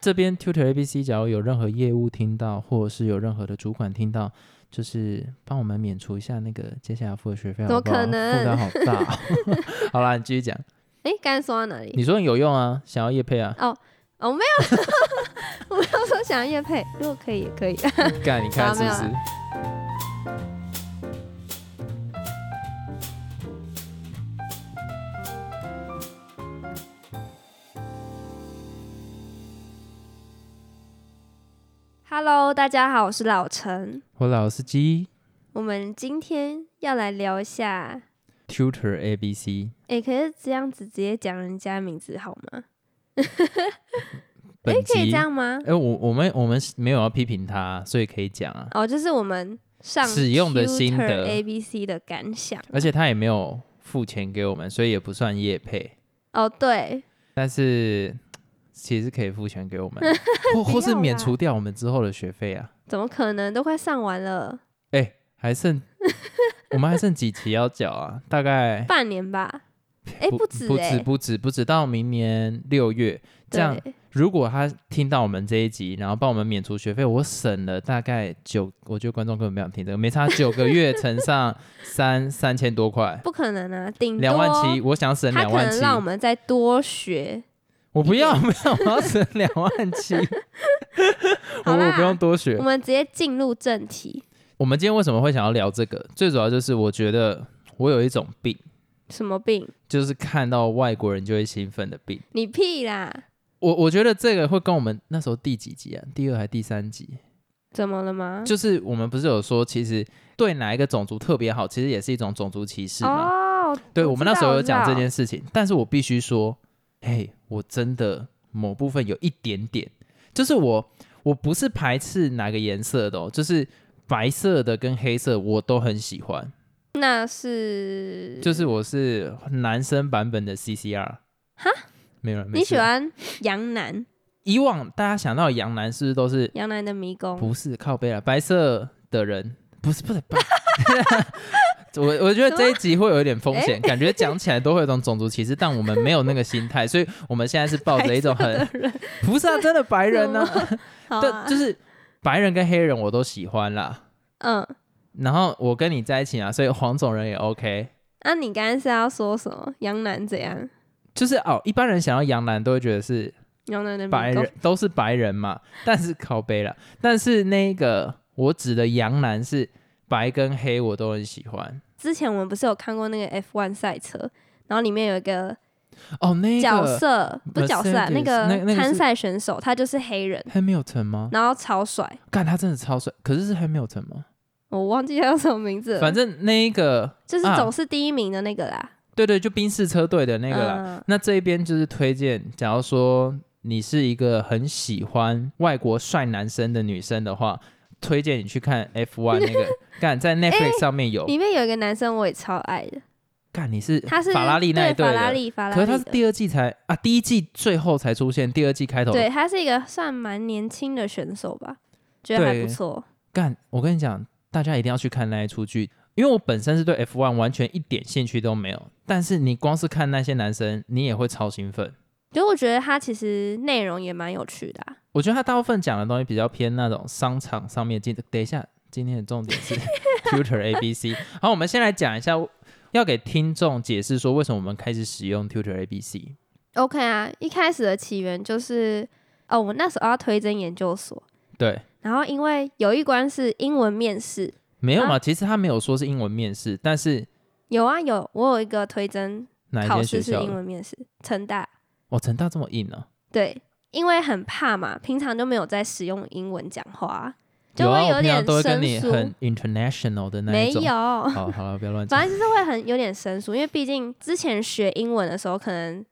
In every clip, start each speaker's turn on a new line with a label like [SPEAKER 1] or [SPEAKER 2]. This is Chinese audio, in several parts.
[SPEAKER 1] 这边 Tutor ABC，假如有任何业务听到，或者是有任何的主管听到，就是帮我们免除一下那个接下来付的学费好不好，
[SPEAKER 2] 怎么可能
[SPEAKER 1] 负担好大 哦、好啦，你继续讲，
[SPEAKER 2] 哎，刚才说到哪里？
[SPEAKER 1] 你说你有用啊，想要业配 啊，
[SPEAKER 2] 哦，没 有，我没有说想要叶配，如果可以也可以。
[SPEAKER 1] 干，你看
[SPEAKER 2] 好
[SPEAKER 1] 是
[SPEAKER 2] 没
[SPEAKER 1] 不
[SPEAKER 2] 有啊
[SPEAKER 1] 是？
[SPEAKER 2] Hello，大家好，我是老陈。
[SPEAKER 1] 我老司机
[SPEAKER 2] 我们今天要来聊一下，
[SPEAKER 1] Tutor ABC
[SPEAKER 2] 哎，可是这样子直接讲人家名字好吗？哎，
[SPEAKER 1] 本
[SPEAKER 2] 可以
[SPEAKER 1] 集，
[SPEAKER 2] 这
[SPEAKER 1] 哎、
[SPEAKER 2] 样吗？
[SPEAKER 1] 我我们我们是没有要批评他，所以可以讲啊，
[SPEAKER 2] 哦，就是我们上
[SPEAKER 1] 使用的心得
[SPEAKER 2] A B C 的感想。
[SPEAKER 1] 而且他也没有付钱给我们，所以也不算业配。
[SPEAKER 2] 哦，对，
[SPEAKER 1] 但是其实可以付钱给我们， 或或是
[SPEAKER 2] 没有
[SPEAKER 1] 免
[SPEAKER 2] 啦
[SPEAKER 1] 除掉我们之后的学费啊。
[SPEAKER 2] 怎么可能？都快上完了
[SPEAKER 1] 哎、还剩我们还剩几期要缴啊？大概
[SPEAKER 2] 半年吧？哎，
[SPEAKER 1] 不
[SPEAKER 2] 不止
[SPEAKER 1] 不止
[SPEAKER 2] 哎，
[SPEAKER 1] 不止不止到明年六月。这样，
[SPEAKER 2] 对
[SPEAKER 1] 如果他听到我们这一集，然后帮我们免除学费，我省了大概九，我觉得观众根本不想听这个，没差九个 月乘上三三千多块，
[SPEAKER 2] 不可能啊，顶多
[SPEAKER 1] 两万七，我想省
[SPEAKER 2] 他
[SPEAKER 1] 两
[SPEAKER 2] 可
[SPEAKER 1] 万
[SPEAKER 2] 能
[SPEAKER 1] 七，
[SPEAKER 2] 让我们再多学。
[SPEAKER 1] 我不要 不要，我要省两万 七，我
[SPEAKER 2] 好啦
[SPEAKER 1] 我不用多学
[SPEAKER 2] 我，们直接进入正题，
[SPEAKER 1] 我们今天为什么会想要聊这个？最主要就是我觉得我有一种病，
[SPEAKER 2] 什么病？
[SPEAKER 1] 就是看到外国人就会兴奋的病。
[SPEAKER 2] 你屁啦！
[SPEAKER 1] 我我觉得这个会跟我们那时候第几集啊，第二还第三集，
[SPEAKER 2] 怎么了吗？
[SPEAKER 1] 就是我们不是有说，其实对哪一个种族特别好，其实也是一种种族歧视嘛。
[SPEAKER 2] 哦，
[SPEAKER 1] 对，
[SPEAKER 2] 我
[SPEAKER 1] 我们
[SPEAKER 2] 知
[SPEAKER 1] 那时候
[SPEAKER 2] 道
[SPEAKER 1] 有讲这，
[SPEAKER 2] 我
[SPEAKER 1] 件
[SPEAKER 2] 知
[SPEAKER 1] 事情，但是我必须说，嘿，我真的某部分有一点点，就是我我不是排斥哪个颜色的哦，就是白色的跟黑色我都很喜欢。
[SPEAKER 2] 道那是
[SPEAKER 1] 就是我是男生版本的 CCR。
[SPEAKER 2] 哈？
[SPEAKER 1] 没有了。没
[SPEAKER 2] 你
[SPEAKER 1] 事
[SPEAKER 2] 喜？欢杨楠，
[SPEAKER 1] 以往大家想到杨男是不是都是
[SPEAKER 2] 杨楠的迷宫，
[SPEAKER 1] 不是靠背了？白色的人不是不是白。 我我觉得这一集会有一点风险，感觉讲起来都会有一种种族歧视，但我们没有那个心态，所以我们现在是抱着一种很不是啊，真的白人呢、
[SPEAKER 2] 好
[SPEAKER 1] 对，
[SPEAKER 2] 啊
[SPEAKER 1] 就是白人跟黑人我都喜欢啦。
[SPEAKER 2] 嗯。
[SPEAKER 1] 然后我跟你在一起啊，所以黄种人也 OK。
[SPEAKER 2] 那、啊你刚刚是要说什么？杨楠怎样？
[SPEAKER 1] 就是哦，一般人想要杨男都会觉得是
[SPEAKER 2] 杨楠的
[SPEAKER 1] 白
[SPEAKER 2] 迷宫
[SPEAKER 1] 人都是白人嘛，但是靠背了，但是那个我指的洋男是白跟黑，我都很喜欢
[SPEAKER 2] 之前我们不是有看过那个 F1 赛车，然后里面有一个
[SPEAKER 1] 哦，那
[SPEAKER 2] 角
[SPEAKER 1] 个
[SPEAKER 2] 色，不是角色、啊，
[SPEAKER 1] Mercedes，
[SPEAKER 2] 那
[SPEAKER 1] 那那个
[SPEAKER 2] 个
[SPEAKER 1] 是
[SPEAKER 2] 参赛选手，他就是黑人，
[SPEAKER 1] Hamilton 吗？
[SPEAKER 2] 然后超帅，
[SPEAKER 1] 干，他真的超帅，可是是 Hamilton 吗？
[SPEAKER 2] 我忘记他叫什么名字了，
[SPEAKER 1] 反正那一个
[SPEAKER 2] 就是
[SPEAKER 1] 啊
[SPEAKER 2] 总是第一名的那个啦。
[SPEAKER 1] 对对，就宾士车队的那个啦。
[SPEAKER 2] 嗯
[SPEAKER 1] 那这一边就是推荐，假如说你是一个很喜欢外国帅男生的女生的话，推荐你去看 F1 那个， 干在 Netflix 上面有。
[SPEAKER 2] 里面有一个男生我也超爱的，
[SPEAKER 1] 干，你是
[SPEAKER 2] 他是
[SPEAKER 1] 法拉利那一
[SPEAKER 2] 对
[SPEAKER 1] 队
[SPEAKER 2] 法
[SPEAKER 1] 的。
[SPEAKER 2] 拉利法拉
[SPEAKER 1] 可
[SPEAKER 2] 利
[SPEAKER 1] 是
[SPEAKER 2] 的，
[SPEAKER 1] 他是第二季才啊，第一季最后才出现，第二季开头。
[SPEAKER 2] 对他是一个算蛮年轻的选手吧，觉得还
[SPEAKER 1] 对
[SPEAKER 2] 不错。
[SPEAKER 1] 干，我跟你讲，大家一定要去看那一出剧，因为我本身是对 F1 完全一点兴趣都没有，但是你光是看那些男生，你也会超兴奋。
[SPEAKER 2] 就我觉得他其实内容也蛮有趣的、啊，
[SPEAKER 1] 我觉得他大部分讲的东西比较偏那种商场上面竞争。等一下，今天的重点是 Tutor ABC。好，我们先来讲一下，要给听众解释说为什么我们开始使用 Tutor ABC。
[SPEAKER 2] OK 啊，一开始的起源就是，哦，我那时候要推甄研究所，
[SPEAKER 1] 对，
[SPEAKER 2] 然后因为有一关是英文面试，
[SPEAKER 1] 没有嘛？
[SPEAKER 2] 啊
[SPEAKER 1] 其实他没有说是英文面试，但是
[SPEAKER 2] 有啊有，我有一个推甄
[SPEAKER 1] 哪一
[SPEAKER 2] 考
[SPEAKER 1] 间
[SPEAKER 2] 试
[SPEAKER 1] 学
[SPEAKER 2] 是
[SPEAKER 1] 校的？
[SPEAKER 2] 英文面试，成大，
[SPEAKER 1] 哦，成大这么硬啊？
[SPEAKER 2] 对，因为很怕嘛，平常都没有在使用英文讲话，就
[SPEAKER 1] 有啊，
[SPEAKER 2] 会
[SPEAKER 1] 我平
[SPEAKER 2] 点
[SPEAKER 1] 常都会跟你
[SPEAKER 2] 生疏
[SPEAKER 1] 很，international 的那
[SPEAKER 2] 没
[SPEAKER 1] 一种。
[SPEAKER 2] 有，
[SPEAKER 1] 好好了，不要乱讲。
[SPEAKER 2] 反正就是会很有点生疏，因为毕竟之前学英文的时候，可能、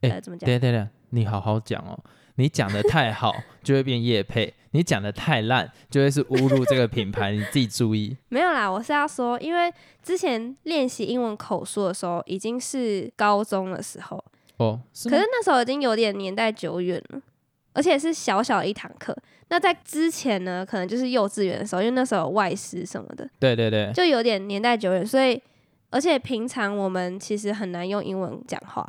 [SPEAKER 1] 哎
[SPEAKER 2] 呃怎么讲
[SPEAKER 1] 等一下等一下，你好好讲哦。你讲的太好 就会变叶配，你讲的太烂就会是侮辱这个品牌，你自己注 意。
[SPEAKER 2] 没有啦，我是要说，因为之前练习英文口述的时候已经是高中的时候，
[SPEAKER 1] 哦，是
[SPEAKER 2] 可
[SPEAKER 1] 吗
[SPEAKER 2] 是那时候已经有点年代久远了，而且是小小一堂课。那在之前呢，可能就是幼稚园的时候，因为那时候有外师什么的，
[SPEAKER 1] 对对对，
[SPEAKER 2] 就有点年代久远，所以而且平常我们其实很难用英文讲话，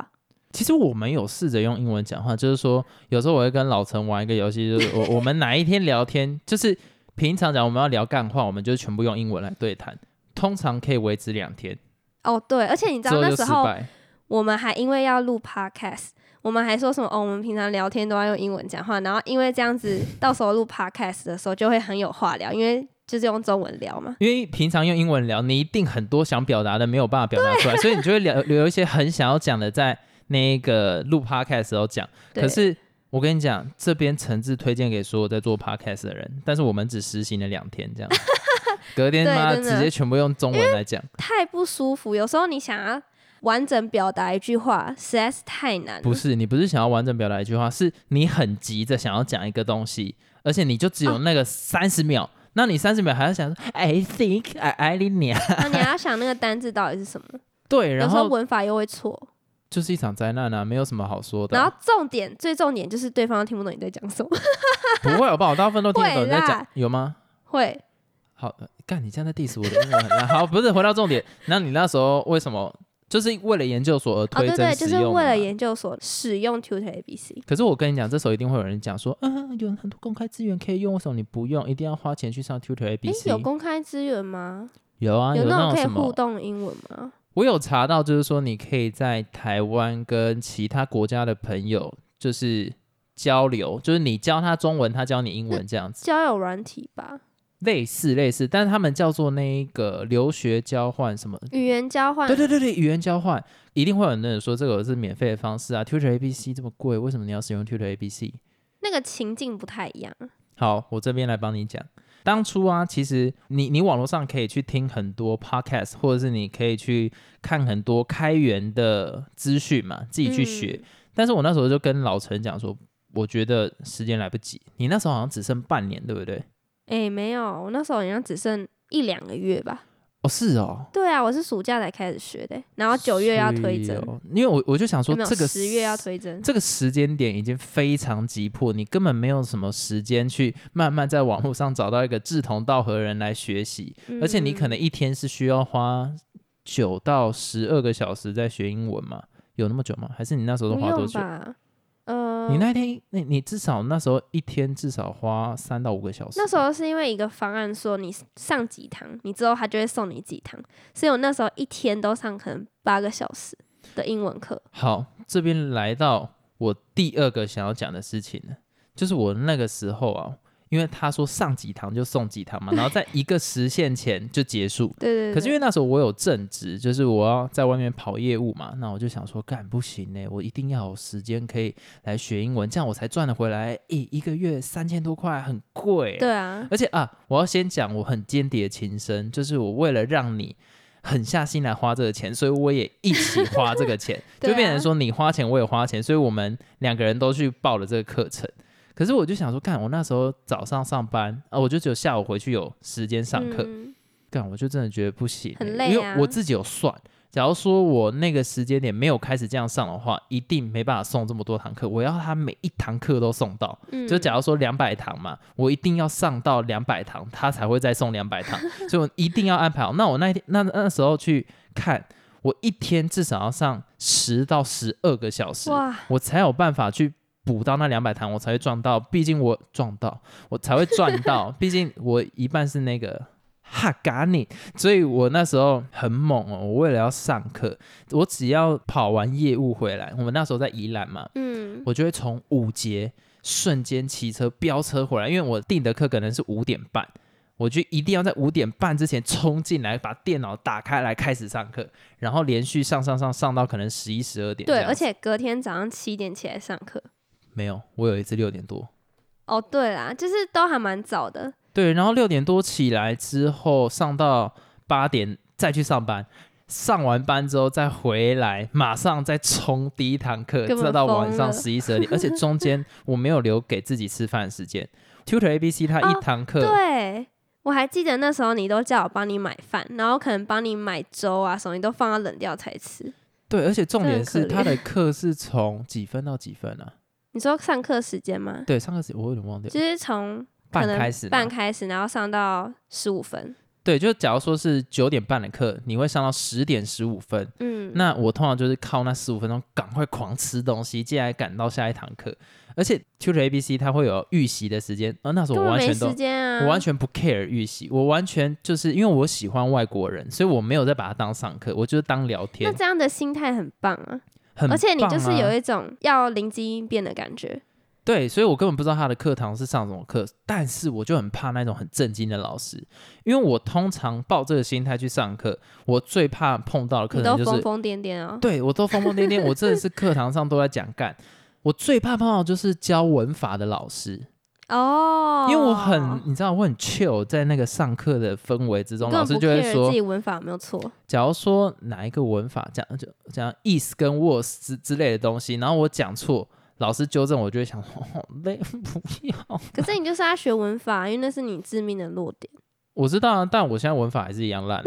[SPEAKER 1] 其实我们有试着用英文讲话，就是说有时候我会跟老陈玩一个游戏，就是我 我们哪一天聊天，就是平常讲我们要聊干话，我们就全部用英文来对谈，通常可以维持两天，
[SPEAKER 2] 哦，对，而且你知
[SPEAKER 1] 之
[SPEAKER 2] 道
[SPEAKER 1] 后
[SPEAKER 2] 那
[SPEAKER 1] 就
[SPEAKER 2] 时
[SPEAKER 1] 失
[SPEAKER 2] 候
[SPEAKER 1] 败。
[SPEAKER 2] 我们还因为要录 podcast，我们还说什么哦，我们平常聊天都要用英文讲话，然后因为这样子，到时候录 podcast 的时候就会很有话聊，因为就是用中文聊嘛。
[SPEAKER 1] 因为平常用英文聊，你一定很多想表达的没有办法表达出来，所以你就会聊留一些很想要讲的，在那个录 podcast 的时候讲。
[SPEAKER 2] 对，
[SPEAKER 1] 可是我跟你讲，这边诚挚推荐给所有在做 podcast 的人，但是我们只实行了两天， 这样，隔天
[SPEAKER 2] 对
[SPEAKER 1] 妈
[SPEAKER 2] 真的
[SPEAKER 1] 直接全部用中文来讲，
[SPEAKER 2] 太不舒服，有时候你想要完整表达一句话，实在是太难了。
[SPEAKER 1] 不是你不是想要完整表达一句话，是你很急着想要讲一个东西，而且你就只
[SPEAKER 2] 啊
[SPEAKER 1] 有那个三十秒，那你三十秒还要想说 I think I I need 你啊，
[SPEAKER 2] 那你还要想那个单字到底是什么，
[SPEAKER 1] 对，
[SPEAKER 2] 有
[SPEAKER 1] 然
[SPEAKER 2] 时候
[SPEAKER 1] 后
[SPEAKER 2] 文法又会错，
[SPEAKER 1] 就是一场灾难啊，没有什么好说的
[SPEAKER 2] 然
[SPEAKER 1] 啊、
[SPEAKER 2] 后重点最重点就是对方听不懂你在讲什么，
[SPEAKER 1] 不会好不好？我大部分都听得懂你在
[SPEAKER 2] 会
[SPEAKER 1] 讲
[SPEAKER 2] 啦，
[SPEAKER 1] 有吗？
[SPEAKER 2] 会
[SPEAKER 1] 好，呃干你这样在 diss 我的英文很烂。 好，不是回到重点，那你那时候为什么就是为了研究所而
[SPEAKER 2] 哦
[SPEAKER 1] 推
[SPEAKER 2] 对对，
[SPEAKER 1] 甄
[SPEAKER 2] 就
[SPEAKER 1] 使
[SPEAKER 2] 是
[SPEAKER 1] 用啊
[SPEAKER 2] 为
[SPEAKER 1] 嘛
[SPEAKER 2] 了研究所使用 Tutor ABC，
[SPEAKER 1] 可是我跟你讲，这时候一定会有人讲说，嗯、有很多公开资源可以用，为什么你不用？一定要花钱去上 Tutor
[SPEAKER 2] 哎
[SPEAKER 1] ABC？
[SPEAKER 2] 有公开资源吗？
[SPEAKER 1] 有啊，有
[SPEAKER 2] 那种可以
[SPEAKER 1] 什
[SPEAKER 2] 互
[SPEAKER 1] 么？
[SPEAKER 2] 动英文吗？
[SPEAKER 1] 我有查到，就是说你可以在台湾跟其他国家的朋友就是交流，就是你教他中文，他教你 英文这样子。
[SPEAKER 2] 交友软体吧，
[SPEAKER 1] 类似类似，但是他们叫做那一个留学交换什么
[SPEAKER 2] 语言交换
[SPEAKER 1] 对对对对，语言交换一定会有很多人说这个是免费的方式啊，Tutor ABC 这么贵，为什么你要使用 Tutor ABC？
[SPEAKER 2] 那个情境不太一样。
[SPEAKER 1] 好，我这边来帮你讲。当初啊，其实你你网络上可以去听很多 podcast，或者是你可以去看很多开源的资讯嘛，自己去学。
[SPEAKER 2] 嗯
[SPEAKER 1] 但是我那时候就跟老陈讲说，我觉得时间来不及。你那时候好像只剩半年，对不对？
[SPEAKER 2] 哎、没有，我那时候好像只剩一两个月吧。
[SPEAKER 1] 哦，是哦，
[SPEAKER 2] 对啊，我是暑假才开始学的、然后九月要推
[SPEAKER 1] 是
[SPEAKER 2] 甄，
[SPEAKER 1] 哦，因为我我就想说
[SPEAKER 2] 有没有
[SPEAKER 1] 这个
[SPEAKER 2] 十月要推甄，
[SPEAKER 1] 这个时间点已经非常急迫，你根本没有什么时间去慢慢在网络上找到一个志同道合的人来学习，而且你可能
[SPEAKER 2] 嗯
[SPEAKER 1] 一天是需要花九到十二个小时在学英文嘛？有那么久吗？还是你那时候都
[SPEAKER 2] 不
[SPEAKER 1] 花多
[SPEAKER 2] 用
[SPEAKER 1] 久？
[SPEAKER 2] 吧？呃，
[SPEAKER 1] 你那天你你至少那时候一天至少花三到五个小时。
[SPEAKER 2] 那时候是因为一个方案说你上几堂，你之后他就会送你几堂，所以我那时候一天都上可能八个小时的英文课。
[SPEAKER 1] 好，这边来到我第二个想要讲的事情了，就是我那个时候啊，因为他说上几堂就送几堂嘛，然后在一个时限前就结束。
[SPEAKER 2] 对对对，
[SPEAKER 1] 可是因
[SPEAKER 2] 为
[SPEAKER 1] 为那时候我有正职，就是我要在外面跑业务嘛，那我就想说，干不行呢、我一定要有时间可以来学英文，这样我才赚得回来。一、一个月三千多块，很贵、
[SPEAKER 2] 对啊，
[SPEAKER 1] 而且啊，我要先讲我很间谍的情深，就是我为了让你狠下心来花这个钱，所以我也一起花这个钱，
[SPEAKER 2] 对啊
[SPEAKER 1] 就变成说你花钱，我也花钱，所以我们两个人都去报了这个课程。可是我就想说，干，我那时候早上上班啊，我就只有下午回去有时间上课，
[SPEAKER 2] 嗯
[SPEAKER 1] 干、我就真的觉得不行欸、
[SPEAKER 2] 很累啊
[SPEAKER 1] 因为我自己有算。假如说我那个时间点没有开始这样上的话，一定没办法送这么多堂课。我要他每一堂课都送到，
[SPEAKER 2] 嗯
[SPEAKER 1] 就假如说两百堂嘛，我一定要上到两百堂，他才会再送两百 堂，所以我一定要安排好。那我那一天那那时候去看，我一天至少要上十到十二个小时，
[SPEAKER 2] 哇，
[SPEAKER 1] 我才有办法去补到那两百堂，我才会赚到。毕竟我赚到，我才会赚到。毕竟我一半是那个哈嘎你，所以我那时候很猛哦。我为了要上课，我只要跑完业务回来，我们那时候在宜兰嘛，
[SPEAKER 2] 嗯，
[SPEAKER 1] 我就会从五节瞬间骑车飙车回来，因为我订的课可能是五点半，我就一定要在五点半之前冲进来，把电脑打开来开始上课，然后连续上上上上到可能十一十二点这
[SPEAKER 2] 对，
[SPEAKER 1] 样子。
[SPEAKER 2] 而且隔天早上七点起来上课。
[SPEAKER 1] 没有，我有一次六点多。
[SPEAKER 2] 哦，对啦，就是都还蛮早的，
[SPEAKER 1] 对，然后六点多起来之后，上到八点再去上班，上完班之后再回来，马上再冲第一堂课，
[SPEAKER 2] 根本
[SPEAKER 1] 再到晚
[SPEAKER 2] 疯
[SPEAKER 1] 上
[SPEAKER 2] 了
[SPEAKER 1] 十一十二点，而且中间我没有留给自己吃饭的时间。Tutor ABC 它
[SPEAKER 2] 哦
[SPEAKER 1] 一堂课、
[SPEAKER 2] 对，我还记得那时候你都叫我帮你买饭，然后可能帮你买粥啊什么，你都放到冷掉才吃。
[SPEAKER 1] 对，而且重
[SPEAKER 2] 真的
[SPEAKER 1] 点是
[SPEAKER 2] 很可
[SPEAKER 1] 他的课是从几分到几分啊？
[SPEAKER 2] 你说上课时间吗？
[SPEAKER 1] 对，上课时我有点忘掉
[SPEAKER 2] 就，是从可
[SPEAKER 1] 半
[SPEAKER 2] 能
[SPEAKER 1] 开始嘛，
[SPEAKER 2] 半开始，然后上到十五分。
[SPEAKER 1] 对，就假如说是九点半的课，你会上到十点十五分，
[SPEAKER 2] 嗯，
[SPEAKER 1] 那我通常就是靠那十五分钟赶快狂吃东西，接下来赶到下一堂课。而且 Tutor ABC 它会有预习的时间，而、那时候
[SPEAKER 2] 根
[SPEAKER 1] 我
[SPEAKER 2] 本
[SPEAKER 1] 完
[SPEAKER 2] 没
[SPEAKER 1] 全都
[SPEAKER 2] 时间啊，
[SPEAKER 1] 我完全不 care 预习，我完全就是因为我喜欢外国人，所以我没有在把它当上课，我就是当聊
[SPEAKER 2] 那
[SPEAKER 1] 天，
[SPEAKER 2] 这样的心态很棒啊，
[SPEAKER 1] 很啊
[SPEAKER 2] 而且你就是有
[SPEAKER 1] 一
[SPEAKER 2] 一种要灵机应变的感觉。
[SPEAKER 1] 对，所以我根本不知道他的课堂是上什么课，但是我就很怕那种很震惊的老师，因为我通常抱这个心态去上课，我最怕碰到的
[SPEAKER 2] 你
[SPEAKER 1] 课
[SPEAKER 2] 都
[SPEAKER 1] 程就是
[SPEAKER 2] 疯疯癫癫 哦，
[SPEAKER 1] 对我都疯疯癫癫，我真的是课堂上都在讲干。我最怕碰到就是教文法的老师，
[SPEAKER 2] 哦，
[SPEAKER 1] 因为我很，你知道我很 chill，在那个上课的氛围之中，
[SPEAKER 2] 你根
[SPEAKER 1] 老师
[SPEAKER 2] 本不
[SPEAKER 1] 就会
[SPEAKER 2] care
[SPEAKER 1] 说
[SPEAKER 2] 自，己文法有没有错，
[SPEAKER 1] 假如说哪一个文法讲就讲 is 跟 was 之之类的东西，然后我讲错，老师纠正我，就会想说好累，不要。
[SPEAKER 2] 可是你就是要学文法，因为那是你致命的弱点。
[SPEAKER 1] 我知道啊，但我现在文法还是一样烂啊，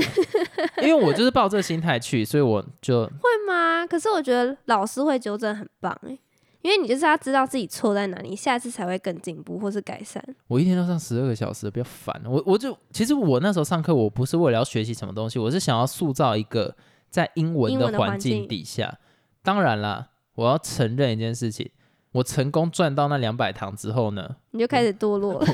[SPEAKER 1] 因为我就是抱这个心态去，所以我就
[SPEAKER 2] 会吗？可是我觉得老师会纠正很棒哎、因为你就是要知道自己错在哪里，下次才会更进步或是改善。
[SPEAKER 1] 我一天都上十二个小时，比较烦。我我就其实我那时候上课，我不是为了要学习什么东西，我是想要塑造一个在英文
[SPEAKER 2] 英
[SPEAKER 1] 的
[SPEAKER 2] 文的
[SPEAKER 1] 环
[SPEAKER 2] 环
[SPEAKER 1] 境
[SPEAKER 2] 境
[SPEAKER 1] 底下。当然啦，我要承认一件事情，我成功赚到那两百堂之后呢，
[SPEAKER 2] 你就
[SPEAKER 1] 嗯
[SPEAKER 2] 开始堕落了，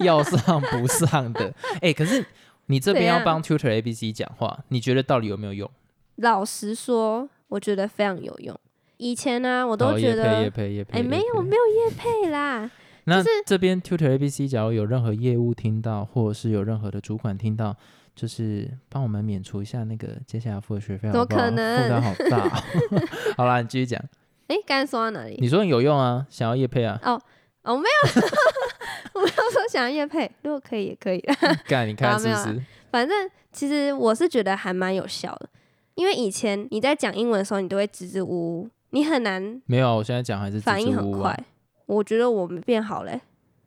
[SPEAKER 1] 要上不上的。 哎、可是你这边
[SPEAKER 2] 怎
[SPEAKER 1] 要
[SPEAKER 2] 样
[SPEAKER 1] 帮 Tutor ABC 讲话，你觉得到底有没有用？
[SPEAKER 2] 老实说，我觉得非常有用。以前呢、我都觉
[SPEAKER 1] 也配也
[SPEAKER 2] 得，
[SPEAKER 1] 配也配。
[SPEAKER 2] 哎、没有没有业配啦，
[SPEAKER 1] 那
[SPEAKER 2] 就是
[SPEAKER 1] 这边 Tutor ABC，假如有任何业务听到，或者是有任何的主管听到，就是帮我们免除一下那个接下来付的学费好不好，
[SPEAKER 2] 怎么可能
[SPEAKER 1] 负担好 大哦、 好啦，你继续讲。
[SPEAKER 2] 哎、刚才说到哪里？？
[SPEAKER 1] 你说你有用啊，想要业配啊
[SPEAKER 2] 哦，没有， 我没有说想要夜配，如果可以也可以。
[SPEAKER 1] 干，你看
[SPEAKER 2] 啊
[SPEAKER 1] 是不
[SPEAKER 2] 没有啊
[SPEAKER 1] 是？
[SPEAKER 2] 反正其实我是觉得还蛮有效的，因为以前你在讲英文的时候，你都会支支吾吾，你很难
[SPEAKER 1] 没有啊，我现在讲还是支
[SPEAKER 2] 反应
[SPEAKER 1] 支
[SPEAKER 2] 很
[SPEAKER 1] 吾吾啊
[SPEAKER 2] 快。我觉得我们变好了欸、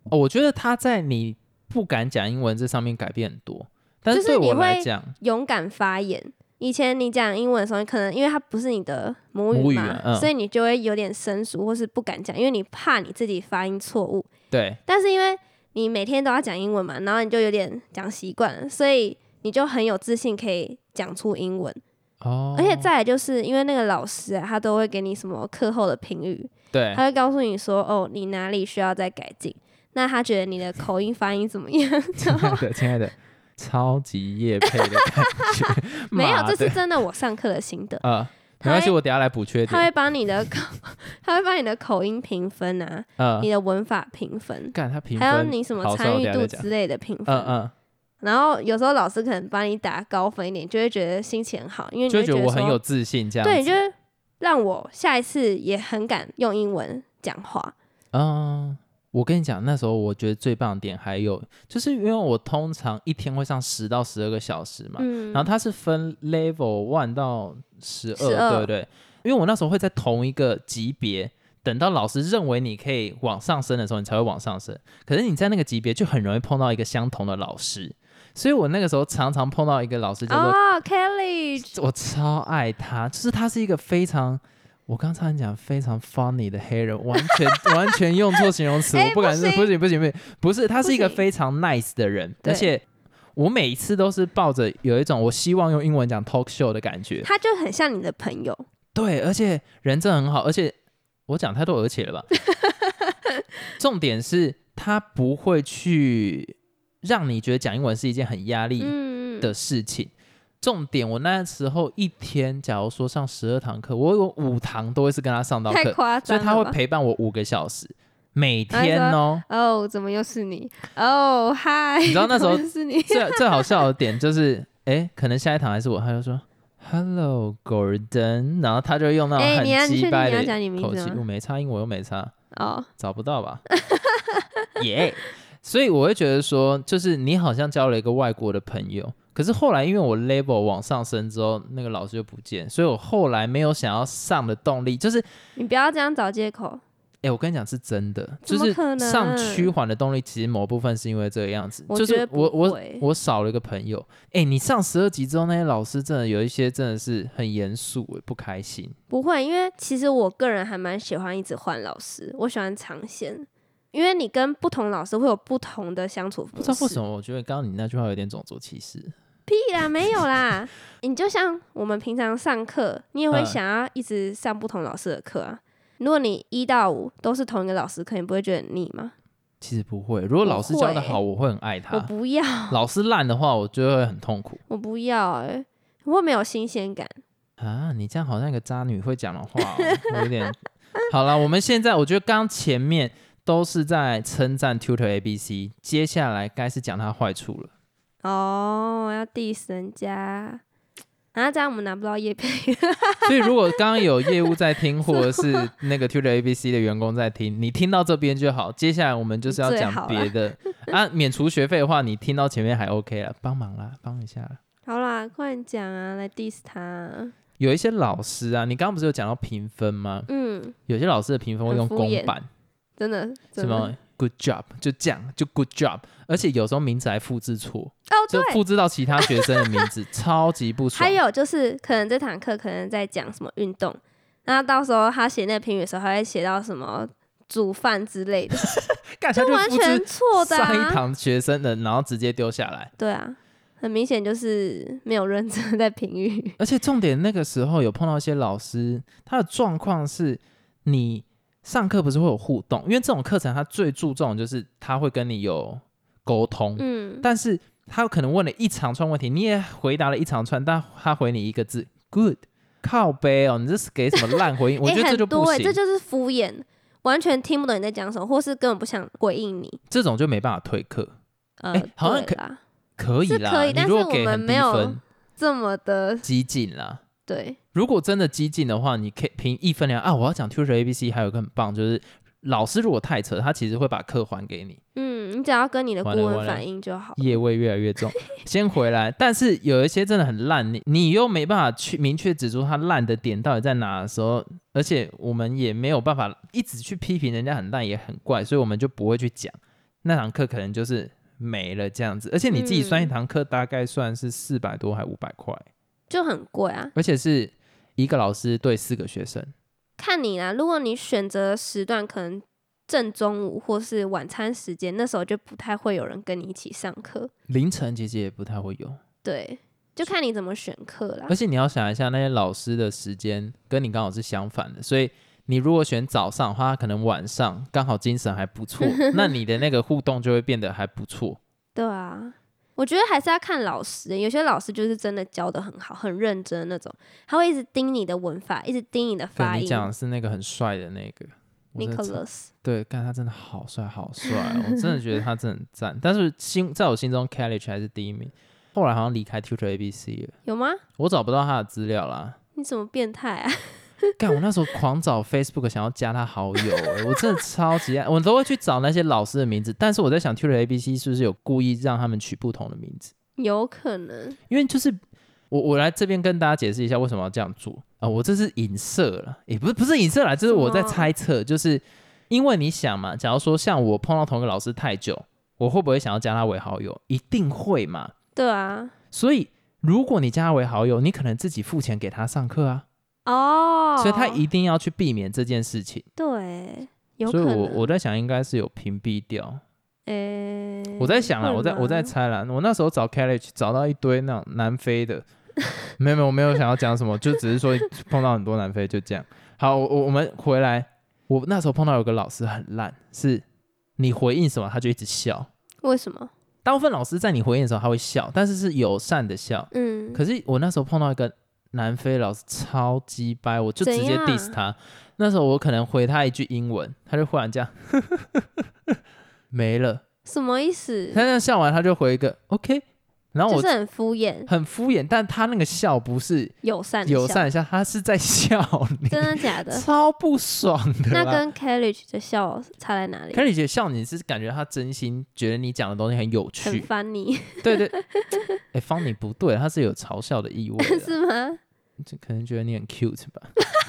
[SPEAKER 1] 哦，我觉得他在你不敢讲英文这上面改变很多，但
[SPEAKER 2] 就是
[SPEAKER 1] 对
[SPEAKER 2] 你
[SPEAKER 1] 我来
[SPEAKER 2] 会
[SPEAKER 1] 讲，
[SPEAKER 2] 勇敢发言。以前你讲英文的时候，可能因为它不是你的母
[SPEAKER 1] 母
[SPEAKER 2] 语
[SPEAKER 1] 语
[SPEAKER 2] 嘛，
[SPEAKER 1] 啊嗯
[SPEAKER 2] 所以你就会有点生疏，或是不敢讲，因为你怕你自己发音错误。
[SPEAKER 1] 对
[SPEAKER 2] 但是因为你每天都要讲英文嘛，然后你就有点讲习惯了，所以你就很有自信可以讲出英文。
[SPEAKER 1] 哦，
[SPEAKER 2] 而且再来就是因为那个老师啊，他都会给你什么课后的评语，
[SPEAKER 1] 对
[SPEAKER 2] 他会告诉你说，哦，你哪里需要再改进。那他觉得你的口音发音怎么样？，
[SPEAKER 1] 亲爱的，亲爱的，超级夜配的感觉
[SPEAKER 2] 没有，
[SPEAKER 1] 妈
[SPEAKER 2] 这
[SPEAKER 1] 的
[SPEAKER 2] 是真的，我上课的心得。
[SPEAKER 1] 啊、没
[SPEAKER 2] 他
[SPEAKER 1] 关系，
[SPEAKER 2] 会
[SPEAKER 1] 我等一下来补缺
[SPEAKER 2] 他会
[SPEAKER 1] 点。
[SPEAKER 2] 帮你的口， 他会帮你的口音评分啊，
[SPEAKER 1] 嗯
[SPEAKER 2] 你，的文法评分，
[SPEAKER 1] 干他评
[SPEAKER 2] 还
[SPEAKER 1] 分，
[SPEAKER 2] 有你什么
[SPEAKER 1] 好算
[SPEAKER 2] 参
[SPEAKER 1] 了
[SPEAKER 2] 与
[SPEAKER 1] 我
[SPEAKER 2] 度
[SPEAKER 1] 等一下再讲
[SPEAKER 2] 之类的评分。
[SPEAKER 1] 嗯
[SPEAKER 2] 然后有时候老师可能帮你打高分一点，就会觉得心情很好，因为
[SPEAKER 1] 嗯，
[SPEAKER 2] 你
[SPEAKER 1] 就
[SPEAKER 2] 会
[SPEAKER 1] 会觉
[SPEAKER 2] 得
[SPEAKER 1] 得我很
[SPEAKER 2] 说
[SPEAKER 1] 有自信这样子。
[SPEAKER 2] 对，就是让我下一次也很敢用英文讲话。
[SPEAKER 1] 嗯，我跟你讲，那时候我觉得最棒的点还有，就是因为我通常一天会上十到十二个小时嘛，
[SPEAKER 2] 嗯，
[SPEAKER 1] 然后它是分 level one 到十二，
[SPEAKER 2] 12
[SPEAKER 1] 对不对？因为我那时候会在同一个级别，等到老师认为你可以往上升的时候，你才会往上升。可是你在那个级别就很容易碰到一个相同的老师，所以我那个时候常常碰到一个老师叫做
[SPEAKER 2] 哦，Kelly，
[SPEAKER 1] 我超爱他，就是他是一个非常，我刚才讲非常 funny 的黑人，完全完全用错形容词，
[SPEAKER 2] 哎
[SPEAKER 1] 我不敢
[SPEAKER 2] 不
[SPEAKER 1] 是
[SPEAKER 2] 行
[SPEAKER 1] 不行不行不行，不是，他是一个
[SPEAKER 2] 不行
[SPEAKER 1] 非常 nice 的人，
[SPEAKER 2] 对
[SPEAKER 1] 而且我每一次都是抱着有一种我希望用英文讲 talk show 的感觉，
[SPEAKER 2] 他就很像你的朋友，
[SPEAKER 1] 对，而且人真的很好，而且我讲太多而且了吧？重点是他不会去让你觉得讲英文是一件很压力
[SPEAKER 2] 嗯，嗯
[SPEAKER 1] 的事情。重点，我那时候一天，假如说上十二堂课，我有五堂都会是跟他上到
[SPEAKER 2] 太
[SPEAKER 1] 课，
[SPEAKER 2] 夸
[SPEAKER 1] 所
[SPEAKER 2] 张
[SPEAKER 1] 以
[SPEAKER 2] 了
[SPEAKER 1] 他会
[SPEAKER 2] 吧
[SPEAKER 1] 陪伴我五个小时，每天哦。
[SPEAKER 2] 哦，怎么又是你？哦，嗨，
[SPEAKER 1] 你知道那 时候
[SPEAKER 2] 怎么又是你，
[SPEAKER 1] 最最好笑的点就是，哎，可能下一堂还是我，他就说 “Hello Gordon”，然后他就用那种
[SPEAKER 2] 哎你要
[SPEAKER 1] 很
[SPEAKER 2] 你确定
[SPEAKER 1] 鸡掰
[SPEAKER 2] 你要讲你
[SPEAKER 1] 的
[SPEAKER 2] 名
[SPEAKER 1] 口
[SPEAKER 2] 字
[SPEAKER 1] 气
[SPEAKER 2] 吗，
[SPEAKER 1] 我没差，因为我又没差。
[SPEAKER 2] 哦，
[SPEAKER 1] 找不到吧？ 耶、所以我会觉得说，就是你好像交了一个外国的朋友，可是后来因为我 level 往上升之后，那个老师就不见，所以我后来没有想要上的动力，就是
[SPEAKER 2] 你不要这样找借口，
[SPEAKER 1] 哎、我跟你讲是真的，
[SPEAKER 2] 怎
[SPEAKER 1] 就
[SPEAKER 2] 么
[SPEAKER 1] 是
[SPEAKER 2] 可能
[SPEAKER 1] 上趋缓的动力，其实某部分是因为这个样子，
[SPEAKER 2] 我
[SPEAKER 1] 就
[SPEAKER 2] 觉
[SPEAKER 1] 是
[SPEAKER 2] 得不
[SPEAKER 1] 我我
[SPEAKER 2] 会
[SPEAKER 1] 我少了一个朋友，哎、你上十二级之后，那些老师真的有一些真的是很严肃，不开心。
[SPEAKER 2] 不会，因为其实我个人还蛮喜欢一直换老师，我喜欢尝鲜。因为你跟不同老师会有不同的相处
[SPEAKER 1] 不
[SPEAKER 2] 方
[SPEAKER 1] 知道为
[SPEAKER 2] 式。
[SPEAKER 1] 什么，我觉得刚刚你那句话有点种族歧视。
[SPEAKER 2] 屁啦，没有啦。你就像我们平常上课，你也会
[SPEAKER 1] 嗯
[SPEAKER 2] 想要一直上不同老师的课啊。如果你一到五都是同一个老师课，你不会觉得很腻吗？
[SPEAKER 1] 其实不会，如果老师教的好，我会很爱
[SPEAKER 2] 我
[SPEAKER 1] 他；
[SPEAKER 2] 不要，
[SPEAKER 1] 老师烂的话，我就会很痛苦
[SPEAKER 2] 我不要、欸，我会没有新鲜感。
[SPEAKER 1] 啊！你这样好像一个渣女会讲的话 哦、我有点。好了，我们现在我觉得刚前面都是在称赞 Tutor ABC，接下来该是讲他坏处 了。
[SPEAKER 2] 哦，要 diss 人家，然后这样我们拿不到叶配。
[SPEAKER 1] 所以如果刚刚有业务在听，或者是那个 Tutor ABC 的员工在听，你听到这边就好。接下来我们就是要
[SPEAKER 2] 最好
[SPEAKER 1] 讲
[SPEAKER 2] 啦
[SPEAKER 1] 别 的啊，免除学费的话，你听到前面还 OK 了，帮忙啦，帮一下啦。
[SPEAKER 2] 好啦，快点讲啊，来 diss 他。啊
[SPEAKER 1] 有一些老师啊，你刚刚不是有讲到评分吗？
[SPEAKER 2] 嗯，
[SPEAKER 1] 有些老师的评分会用
[SPEAKER 2] 很敷衍
[SPEAKER 1] 公版，
[SPEAKER 2] 真的，
[SPEAKER 1] 什
[SPEAKER 2] 真的。哦
[SPEAKER 1] 么 good job 就这样，就 good job，而且有时候名字还复制错，
[SPEAKER 2] 哦，
[SPEAKER 1] 就
[SPEAKER 2] 对，
[SPEAKER 1] 复啊制到其他学生的名 字，超级不爽
[SPEAKER 2] 还。有就是，可能这堂课可能在讲什么运动，那到时候他写那个评语的时候，还会写到什么煮饭之 类的，
[SPEAKER 1] 干他
[SPEAKER 2] 这
[SPEAKER 1] 就
[SPEAKER 2] 完
[SPEAKER 1] 复制
[SPEAKER 2] 全错的、
[SPEAKER 1] 上一
[SPEAKER 2] 啊。
[SPEAKER 1] 堂学生的，然后直接丢下来。
[SPEAKER 2] 对啊，很明显就是没有认真地在评 语。
[SPEAKER 1] 而且重点那个时候有碰到一些老师，他的状况是你上课不是会有互动，因为这种课程他最注重的就是他会跟你有沟通，
[SPEAKER 2] 嗯，
[SPEAKER 1] 但是他可能问了一长串问题，你也回答了一长串，但他回你一个字 “good”，靠背哦，你这是给什么烂 回应？我
[SPEAKER 2] 诶
[SPEAKER 1] 觉得这
[SPEAKER 2] 很
[SPEAKER 1] 就
[SPEAKER 2] 多
[SPEAKER 1] 不
[SPEAKER 2] 欸
[SPEAKER 1] 行，
[SPEAKER 2] 这就是敷衍，完全听不懂你在讲什么，或是根本不想回应你。
[SPEAKER 1] 这种就没办法退课，
[SPEAKER 2] 呃，
[SPEAKER 1] 诶好像
[SPEAKER 2] 对啦，
[SPEAKER 1] 可以
[SPEAKER 2] 是
[SPEAKER 1] 啦，
[SPEAKER 2] 可以
[SPEAKER 1] 你
[SPEAKER 2] 但
[SPEAKER 1] 如
[SPEAKER 2] 是
[SPEAKER 1] 果
[SPEAKER 2] 我
[SPEAKER 1] 给
[SPEAKER 2] 们
[SPEAKER 1] 很
[SPEAKER 2] 没
[SPEAKER 1] 低
[SPEAKER 2] 有
[SPEAKER 1] 分，
[SPEAKER 2] 这么的
[SPEAKER 1] 激进啦。
[SPEAKER 2] 对，
[SPEAKER 1] 如果真的激进的话，你可以凭一分两啊。我要讲 Tutor ABC 还有一个很棒，就是老师如果太扯，他其实会把课还给你，
[SPEAKER 2] 嗯，你只要跟你的顾
[SPEAKER 1] 完了
[SPEAKER 2] 问
[SPEAKER 1] 完了
[SPEAKER 2] 反映就好。
[SPEAKER 1] 业味越来越 重。先回来，但是有一些真的很烂，你你又没办法去明确指出他烂的点到底在哪的时候，而且我们也没有办法一直去批评人家很烂也很怪，所以我们就不会去讲那堂课可能就是没了这样子。而且你自己算一
[SPEAKER 2] 嗯
[SPEAKER 1] 堂课大概算是四百多还五百块，
[SPEAKER 2] 就很贵啊。
[SPEAKER 1] 而且是一个老师对四个学生。
[SPEAKER 2] 看你啦，如果你选择时段可能正中午或是晚餐时间，那时候就不太会有人跟你一起上课。
[SPEAKER 1] 凌晨其实也不太会有，
[SPEAKER 2] 对，就看你怎么选课啦
[SPEAKER 1] 而。且你要想一下，那些老师的时间跟你刚好是相反的，所以你如果选早上的话，他可能晚上刚好精神还不 错，那你的那个互动就会变得还不错。
[SPEAKER 2] 对啊，我觉得还是要看老师，有些老师就是真的教的很好，很认真的那种，他会一直盯你的文法，一直盯你的
[SPEAKER 1] 对
[SPEAKER 2] 发
[SPEAKER 1] 你
[SPEAKER 2] 音。
[SPEAKER 1] 讲的是那个很帅的那个。我真的超
[SPEAKER 2] Nicholas，
[SPEAKER 1] 对，看他真的好帅，好帅哦、我真的觉得他真的很赞。但是心在我心中 c a l l i g e 还是第一名，后来好像离开 Tutor ABC 了，
[SPEAKER 2] 有吗？
[SPEAKER 1] 我找不到他的资料啦。
[SPEAKER 2] 你怎么变态啊？
[SPEAKER 1] 干，我那时候狂找 Facebook 想要加他好友、欸，我真的超级爱，我都会去找那些老师的名字。但是我在想，Tutor ABC 是不是有故意让他们取不同的名字？
[SPEAKER 2] 有可能，
[SPEAKER 1] 因为就是我我来这边跟大家解释一下为什么要这样做啊、我这是影射了，也、不是不是影射啦，就是我在
[SPEAKER 2] 什么
[SPEAKER 1] 猜测，就是因为你想嘛，假如说像我碰到同一个老师太久，我会不会想要加他为好友？一定会嘛。
[SPEAKER 2] 对啊。
[SPEAKER 1] 所以如果你加他为好友，你可能自己付钱给他上课啊，
[SPEAKER 2] 哦，
[SPEAKER 1] 所以他一定要去避免这件事情。
[SPEAKER 2] 对，有可
[SPEAKER 1] 所以
[SPEAKER 2] 能。
[SPEAKER 1] 我我在想，应该是有屏蔽掉。
[SPEAKER 2] 诶、
[SPEAKER 1] 我在想啦，
[SPEAKER 2] 会
[SPEAKER 1] 我在我在
[SPEAKER 2] 吗
[SPEAKER 1] 猜啦。我那时候找 College 找到一堆那种南非的， 没有没有，我没有想要讲什么，就只是说碰到很多南非就这样。好，我我我们回来，我那时候碰到有个老师很烂，是你回应什么他就一直笑。
[SPEAKER 2] 为什么？
[SPEAKER 1] 大部分老师在你回应的时候他会笑，但是是友善的笑。
[SPEAKER 2] 嗯，
[SPEAKER 1] 可是我那时候碰到一个南非老师超鸡掰，我就直
[SPEAKER 2] 怎
[SPEAKER 1] 接
[SPEAKER 2] 样
[SPEAKER 1] diss 他。那时候我可能回他一句英文，他就忽然这样 没了。
[SPEAKER 2] 什么 意思？
[SPEAKER 1] 他那笑完他就回一个 OK，然后
[SPEAKER 2] 就
[SPEAKER 1] 我
[SPEAKER 2] 是很敷衍、
[SPEAKER 1] 很敷衍，但他那个笑不是
[SPEAKER 2] 友善、
[SPEAKER 1] 友，善一下，他是在笑你，
[SPEAKER 2] 真的 假的？
[SPEAKER 1] 超不爽的
[SPEAKER 2] 那
[SPEAKER 1] 啦。
[SPEAKER 2] 跟 Carriage 的笑差在哪里？
[SPEAKER 1] 凯莉姐笑你是感觉他真心觉得你讲的东西很有
[SPEAKER 2] 很
[SPEAKER 1] 趣，
[SPEAKER 2] 烦你
[SPEAKER 1] 对对。哎、方你不对，他是有嘲笑的意味的。
[SPEAKER 2] 是吗？
[SPEAKER 1] 就可能觉得你很 cute 吧。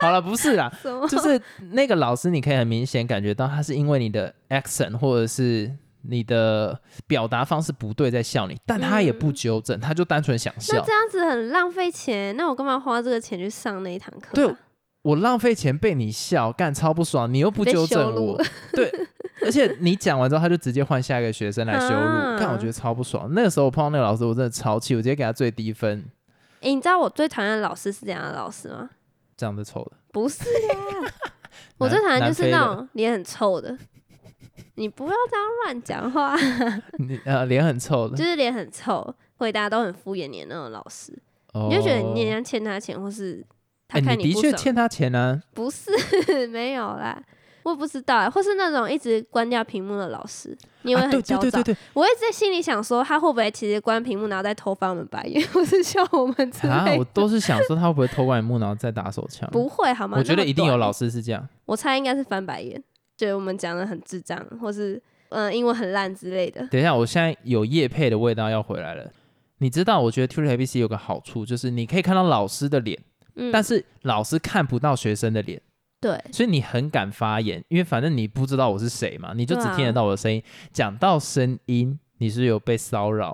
[SPEAKER 1] 好了，不是啦，
[SPEAKER 2] 什么？
[SPEAKER 1] 就是那个老师，你可以很明显感觉到他是因为你的 accent 或者是你的表达方式不对在笑你，但他也不纠正，他就单纯想
[SPEAKER 2] 嗯那
[SPEAKER 1] 笑
[SPEAKER 2] 这。样子很浪费钱，那我干嘛花这个钱去上那一堂课、啊？
[SPEAKER 1] 对我浪费钱被你笑，干超不爽，你又不
[SPEAKER 2] 被
[SPEAKER 1] 纠
[SPEAKER 2] 羞
[SPEAKER 1] 正
[SPEAKER 2] 辱
[SPEAKER 1] 我，对，而且你讲完之后，他就直接换下一个学生来羞辱，
[SPEAKER 2] 啊
[SPEAKER 1] 干、我觉得超不爽。那个时候我碰到那个老师，我真的超气，我直接给他最低分，
[SPEAKER 2] 诶，你知道我最讨厌的老师是怎样的老师吗？
[SPEAKER 1] 长得丑的。
[SPEAKER 2] 不是啦， 我最讨厌就是那种脸很臭的。你不要这样乱 讲话，
[SPEAKER 1] 你呃脸很臭的
[SPEAKER 2] 就，是脸很臭，回答都很敷衍你的那种老师，
[SPEAKER 1] 哦
[SPEAKER 2] 你就觉得你好像欠他钱，或是他
[SPEAKER 1] 哎
[SPEAKER 2] 看
[SPEAKER 1] 你的
[SPEAKER 2] 不
[SPEAKER 1] 确
[SPEAKER 2] 爽。
[SPEAKER 1] 欠他钱啊，
[SPEAKER 2] 不是， 没有啦，我也不知道、啊，或是那种一直关掉屏幕的老师，你也会
[SPEAKER 1] 啊对
[SPEAKER 2] 很焦
[SPEAKER 1] 对
[SPEAKER 2] 躁。
[SPEAKER 1] 对对 对，
[SPEAKER 2] 我一直在心里想说，他会不会其实关屏幕，然后再偷翻我们白眼， 或是笑我们之
[SPEAKER 1] 啊，
[SPEAKER 2] 类
[SPEAKER 1] 我
[SPEAKER 2] 的？
[SPEAKER 1] 都是想说他会不会偷玩木，然后再打手枪？
[SPEAKER 2] 不会好吗？
[SPEAKER 1] 我觉
[SPEAKER 2] 那
[SPEAKER 1] 得
[SPEAKER 2] 么
[SPEAKER 1] 一定有
[SPEAKER 2] 短
[SPEAKER 1] 老师是这样。
[SPEAKER 2] 我猜应该是翻白眼，觉得我们讲的很智障，或是嗯、呃英文很烂之类的。
[SPEAKER 1] 等一下，我现在有叶配的味道要回来了。你知道，我觉得 Tutor ABC 有个好处，就是你可以看到老师的脸，
[SPEAKER 2] 嗯，
[SPEAKER 1] 但是老师看不到学生的脸，
[SPEAKER 2] 对
[SPEAKER 1] 所以你很敢发言，因为反正你不知道我是谁嘛，你就只
[SPEAKER 2] 对啊
[SPEAKER 1] 听得到我的声音。讲到声音，你是不是有被骚扰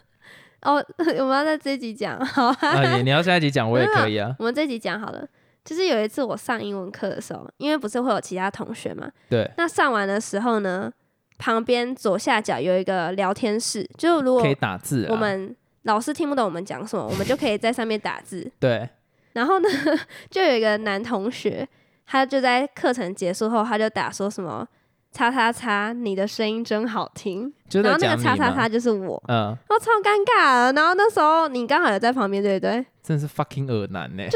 [SPEAKER 2] 哦， 我们要在这一集讲，好啊，
[SPEAKER 1] 啊？你你要下一集讲，我也可以啊。
[SPEAKER 2] 我们这一集讲好了。就是有一次我上英文课的时候，因为不是会有其他同学嘛，
[SPEAKER 1] 对，
[SPEAKER 2] 那上完的时候呢，旁边左下角有一个聊天室，就如果
[SPEAKER 1] 可以打字啊。
[SPEAKER 2] 我们老师听不懂我们讲什么，我们就可以在上面打字。
[SPEAKER 1] 对，
[SPEAKER 2] 然后呢， 就有一个男同学，他就在课程结束后，他就打说什么“叉叉叉”，你的声音真好听。
[SPEAKER 1] 就
[SPEAKER 2] 然
[SPEAKER 1] 在
[SPEAKER 2] 后
[SPEAKER 1] 讲
[SPEAKER 2] 那个
[SPEAKER 1] 你
[SPEAKER 2] 叉叉叉
[SPEAKER 1] 嘛。
[SPEAKER 2] 就是我，
[SPEAKER 1] 嗯，
[SPEAKER 2] 我超尴尬的。然后那时候你刚好有在旁边，对不对？
[SPEAKER 1] 真的是 fucking 耳男欸呢、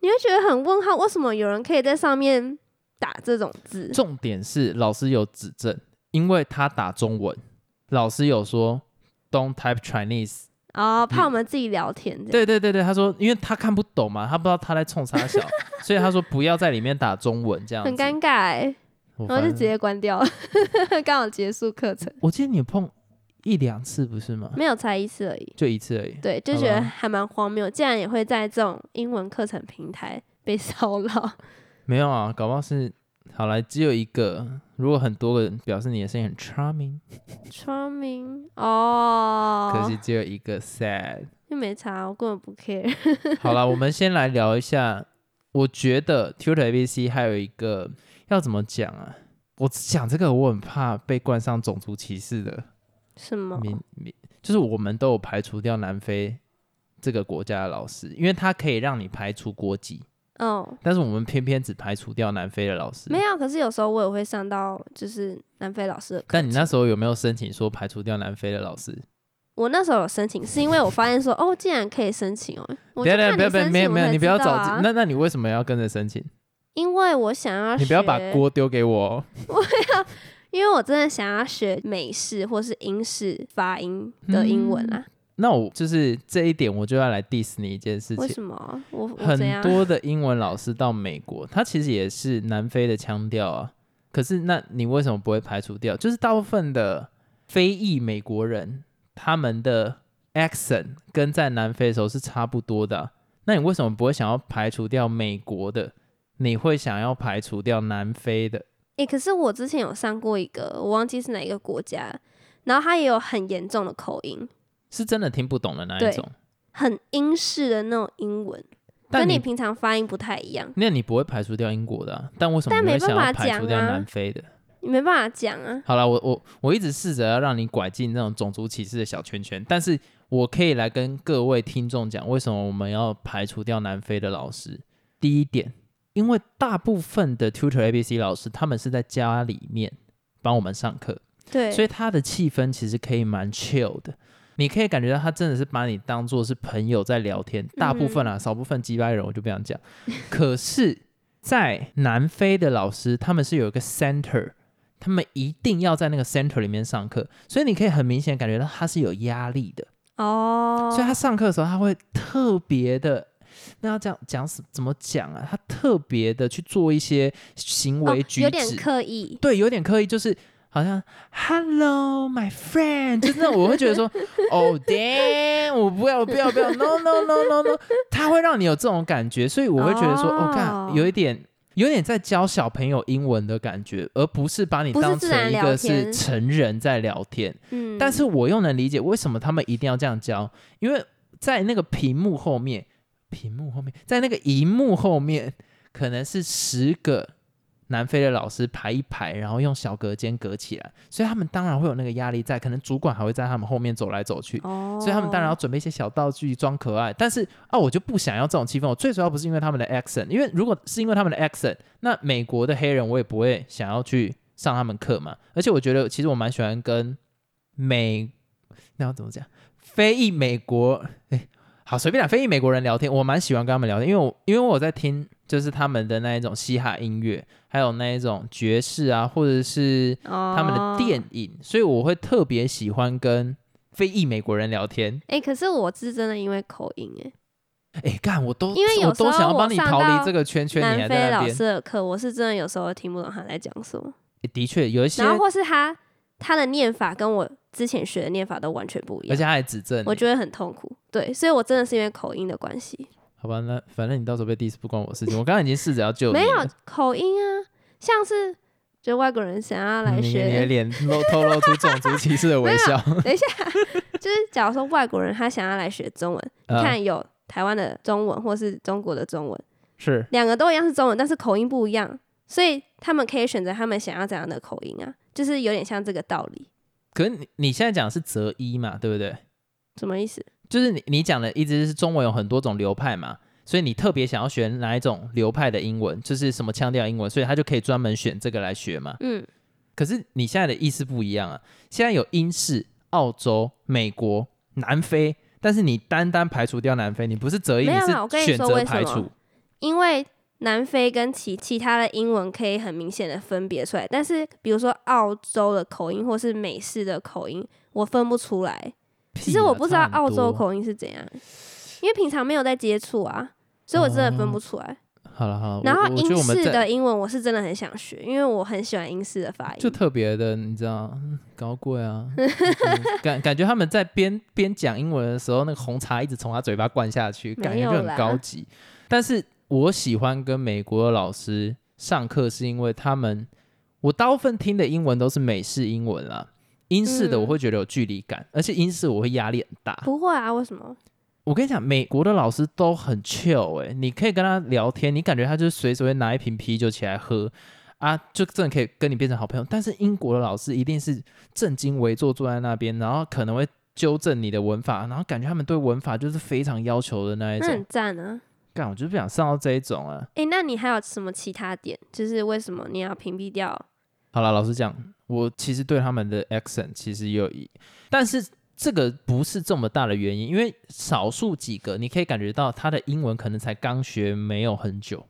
[SPEAKER 2] 你会觉得很问号，为什么有人可以在上面打这种字？
[SPEAKER 1] 重点是老师有指正，因为他打中文，老师有说 don't type Chinese。
[SPEAKER 2] 哦，怕我们自己聊天这样。
[SPEAKER 1] 对对啊对对，他说，因为他看不懂嘛，他不知道他在冲啥 小，所以他说不要在里面打中文这样子。
[SPEAKER 2] 很尴尬哎、
[SPEAKER 1] 我
[SPEAKER 2] 然后
[SPEAKER 1] 反
[SPEAKER 2] 就
[SPEAKER 1] 正
[SPEAKER 2] 直接关掉了， 刚好结束课程，
[SPEAKER 1] 我记得你碰一两次不是吗？
[SPEAKER 2] 没有才一次而已。
[SPEAKER 1] 就一次而已。
[SPEAKER 2] 对，就
[SPEAKER 1] 好
[SPEAKER 2] 觉
[SPEAKER 1] 吧
[SPEAKER 2] 得还蛮荒谬，竟然也会在这种英文课程平台被骚扰。
[SPEAKER 1] 没有啊，搞不好是好来只有一个。如果很多个人表示你的声音很 charming，、
[SPEAKER 2] Charming 哦，
[SPEAKER 1] 可惜只有一个 sad。
[SPEAKER 2] 又没查，我根本不 care。
[SPEAKER 1] 好了，我们先来聊一下。我觉得 Tutor ABC 还有一个要怎么讲啊？我讲这个我很怕被冠上种族歧视的
[SPEAKER 2] 什么？
[SPEAKER 1] 名名，就是我们都有排除掉南非这个国家的老师，因为他可以让你排除国籍，
[SPEAKER 2] 哦，
[SPEAKER 1] 但是我们偏偏只排除掉南非的老师。
[SPEAKER 2] 没有。可是有时候我也会上到就是南非老师的课。
[SPEAKER 1] 但你那时候有没有申请说排除掉南非的老师？
[SPEAKER 2] 我那时候有申请，是因为我发现说哦，竟然可以申请哦。
[SPEAKER 1] 不
[SPEAKER 2] 我就
[SPEAKER 1] 要不
[SPEAKER 2] 看
[SPEAKER 1] 要不要
[SPEAKER 2] 申
[SPEAKER 1] 没
[SPEAKER 2] 请
[SPEAKER 1] 有
[SPEAKER 2] 我
[SPEAKER 1] 没有，
[SPEAKER 2] 才
[SPEAKER 1] 你不要
[SPEAKER 2] 知
[SPEAKER 1] 找
[SPEAKER 2] 道啊。
[SPEAKER 1] 那那你为什么要跟着申请？
[SPEAKER 2] 因为我想要
[SPEAKER 1] 你不要把
[SPEAKER 2] 学
[SPEAKER 1] 锅丢给我。
[SPEAKER 2] 因为我真的想要学美式或是英式发音的英文啊。
[SPEAKER 1] 那我就是这一点，我就要来 diss 你一件事
[SPEAKER 2] 为
[SPEAKER 1] 情。
[SPEAKER 2] 什么？我我
[SPEAKER 1] 嗯
[SPEAKER 2] 怎
[SPEAKER 1] 很
[SPEAKER 2] 样？
[SPEAKER 1] 多的英文老师到美国，他其实也是南非的腔调啊。可是，那你为什么不会排除掉？就是大部分的非裔美国人，他们的 accent 跟在南非的时候是差不多的啊、那你为什么不会想要排除掉美国的？你会想要排除掉南非的？
[SPEAKER 2] 诶、可是我之前有上过一个，我忘记是哪一个国家，然后它也有很严重的口音，
[SPEAKER 1] 是真的听不懂的那一
[SPEAKER 2] 对
[SPEAKER 1] 种。
[SPEAKER 2] 很英式的那种英文，
[SPEAKER 1] 但
[SPEAKER 2] 跟
[SPEAKER 1] 你
[SPEAKER 2] 你平常发音不太一样，
[SPEAKER 1] 那你不会排除掉英国的啊、但为什么
[SPEAKER 2] 但
[SPEAKER 1] 你
[SPEAKER 2] 没
[SPEAKER 1] 会想
[SPEAKER 2] 办
[SPEAKER 1] 要
[SPEAKER 2] 法
[SPEAKER 1] 排除
[SPEAKER 2] 讲
[SPEAKER 1] 掉
[SPEAKER 2] 啊
[SPEAKER 1] 南非的？
[SPEAKER 2] 你没办法讲啊。
[SPEAKER 1] 好了，我我我一直试着要让你拐进那种种族歧视的小圈圈，但是我可以来跟各位听众讲，为什么我们要排除掉南非的老师。第一点，因为大部分的 Tutor ABC 老师他们是在家里面帮我们上课，
[SPEAKER 2] 对，
[SPEAKER 1] 所以他的气氛其实可以蛮 chill 的。你可以感觉到他真的是把你当做是朋友在聊
[SPEAKER 2] 嗯
[SPEAKER 1] 天，大部分啊，少部分击败人我就不想讲。 可是，在南非的老师他们是有一个 center，他们一定要在那个 center 里面上课，所以你可以很明显感觉到他是有压力的。
[SPEAKER 2] 哦，
[SPEAKER 1] 所以他上课的时候，他会特别的，那要讲讲什怎么讲啊？他特别的去做一些行为
[SPEAKER 2] 哦
[SPEAKER 1] 举止，
[SPEAKER 2] 有点刻意，
[SPEAKER 1] 对，有点刻意，就是好像 Hello my friend，就是那种我会觉得说 Oh damn，我不要，我不要，不要，No No No No No，他会让你有这种感觉，所以我会觉得说，
[SPEAKER 2] 哦
[SPEAKER 1] 哦，干，有一点。有点在教小朋友英文的感觉，而不是把你
[SPEAKER 2] 不是
[SPEAKER 1] 当
[SPEAKER 2] 自
[SPEAKER 1] 成
[SPEAKER 2] 然
[SPEAKER 1] 一
[SPEAKER 2] 聊
[SPEAKER 1] 个是
[SPEAKER 2] 天
[SPEAKER 1] 成人在聊天。
[SPEAKER 2] 嗯，
[SPEAKER 1] 但是我又能理解为什么他们一定要这样教，因为在那个屏幕后面，屏幕后面，在那个荧幕后面可能是十个南非的老师排一排，然后用小隔间隔起来，所以他们当然会有那个压力在，可能主管还会在他们后面走来走去，
[SPEAKER 2] 哦，
[SPEAKER 1] 所以他们当然要准备一些小道具装可爱。但是啊，我就不想要这种气氛。我最主要不是因为他们的 accent，因为如果是因为他们的 accent，那美国的黑人我也不会想要去上他们课嘛。而且我觉得其实我蛮喜欢跟美，那要怎么讲？非裔美国，哎、好随便讲，非裔美国人聊天，我蛮喜欢跟他们聊天，因为我因为我在听就是他们的那一种嘻哈音乐，还有那一种爵士啊，或者是他
[SPEAKER 2] 他
[SPEAKER 1] 们的
[SPEAKER 2] 哦
[SPEAKER 1] 电影，所以我会特别喜欢跟非裔美国人聊天。
[SPEAKER 2] 哎、可是我是真的因为口音哎、
[SPEAKER 1] 哎，干，我都
[SPEAKER 2] 因为有
[SPEAKER 1] 我都
[SPEAKER 2] 时候
[SPEAKER 1] 想要
[SPEAKER 2] 我
[SPEAKER 1] 帮你
[SPEAKER 2] 上
[SPEAKER 1] 逃离
[SPEAKER 2] 到
[SPEAKER 1] 这个圈圈，你还
[SPEAKER 2] 南
[SPEAKER 1] 在
[SPEAKER 2] 非
[SPEAKER 1] 那
[SPEAKER 2] 老
[SPEAKER 1] 边
[SPEAKER 2] 师。的课，我是真的有时候听不懂他在讲什么，
[SPEAKER 1] 诶的确有一些，
[SPEAKER 2] 然后
[SPEAKER 1] 而
[SPEAKER 2] 或是他他的念法跟我之前学的念法都完全不一
[SPEAKER 1] 且
[SPEAKER 2] 样，
[SPEAKER 1] 他还指正你
[SPEAKER 2] 我。觉得很痛苦。对，所以我真的是因为口音的关系，
[SPEAKER 1] 好吧，那反正你到时候被 diss 不关我事情。我刚刚已经试着要救你
[SPEAKER 2] 没有
[SPEAKER 1] 了，
[SPEAKER 2] 口音啊，像是就外国人想要来
[SPEAKER 1] 嗯你你的
[SPEAKER 2] 学，
[SPEAKER 1] 脸露透露出种族歧视的微笑。
[SPEAKER 2] 等一下，就是假如说外国人他想要来学中文，你
[SPEAKER 1] 嗯
[SPEAKER 2] 看有台湾的中文或是中国的中文，
[SPEAKER 1] 是
[SPEAKER 2] 两个都一样是中文，但是口音不一样，所以他们可以选择他们想要怎样的口音啊，就是有点像这个道理，
[SPEAKER 1] 可是你你现在讲的是择一嘛，对不对？
[SPEAKER 2] 什么意思？
[SPEAKER 1] 就是你你讲的一直是中文有很多种流派嘛，所以你特别想要学哪一种流派的英文，就是什么腔调英文，所以他就可以专门选这个来学嘛。
[SPEAKER 2] 嗯，
[SPEAKER 1] 可是你现在的意思不一样啊，现在有英式、澳洲、美国、南非，但是你单单排除掉南非，你不是择一，
[SPEAKER 2] 没有
[SPEAKER 1] 你
[SPEAKER 2] 啦我跟
[SPEAKER 1] 是选
[SPEAKER 2] 你说
[SPEAKER 1] 择
[SPEAKER 2] 为什
[SPEAKER 1] 排
[SPEAKER 2] 么
[SPEAKER 1] 除。
[SPEAKER 2] 因为南非跟其其他的英文可以很明显的分别出来，但是比如说澳洲的口音或是美式的口音，我分不出来。
[SPEAKER 1] 屁啊
[SPEAKER 2] 其实
[SPEAKER 1] 啦
[SPEAKER 2] 我不知道
[SPEAKER 1] 差很
[SPEAKER 2] 澳洲
[SPEAKER 1] 多
[SPEAKER 2] 口音是怎样，因为平常没有在接 触啊，所以我真的分不出来。
[SPEAKER 1] 好了好了，
[SPEAKER 2] 然
[SPEAKER 1] 哦我
[SPEAKER 2] 后
[SPEAKER 1] 我觉得我们
[SPEAKER 2] 英式
[SPEAKER 1] 在
[SPEAKER 2] 的英文我是真的很想学，因为我很喜欢英式的发
[SPEAKER 1] 就
[SPEAKER 2] 音。
[SPEAKER 1] 特别的，你知道，嗯高贵 啊，嗯感感觉他们在边边讲英文的时候，那个红茶一直从他嘴巴灌下去，感
[SPEAKER 2] 没
[SPEAKER 1] 觉
[SPEAKER 2] 有
[SPEAKER 1] 就很
[SPEAKER 2] 啦
[SPEAKER 1] 高级。但是我喜欢跟美国的老师上课，是因为他们我大部分听的英文都是美式英文啦，英式的
[SPEAKER 2] 嗯
[SPEAKER 1] 我会觉得有距离感，而且英式我会压力很大。
[SPEAKER 2] 不会啊，为什么？
[SPEAKER 1] 我跟你讲，美国的老师都很 chill 哎、你可以跟他聊天，你感觉他就是随手会拿一瓶啤酒起来喝啊，就真的可以跟你变成好朋友。但是英国的老师一定是正襟危坐坐在那边，然后可能会纠正你的文法，然后感觉他们对文法就是非常要求的那一
[SPEAKER 2] 那很
[SPEAKER 1] 种。
[SPEAKER 2] 赞啊！
[SPEAKER 1] 干，我就是不想上到这一种啊。
[SPEAKER 2] 诶，那你还有什么其他点？就是为什么你要屏蔽掉？
[SPEAKER 1] 好了，老实讲，我其实对他们的 accent 其实也有一，但是这个不是这么大的原因，因为少数几个你可以感觉到他的英文可能才刚学没有很久。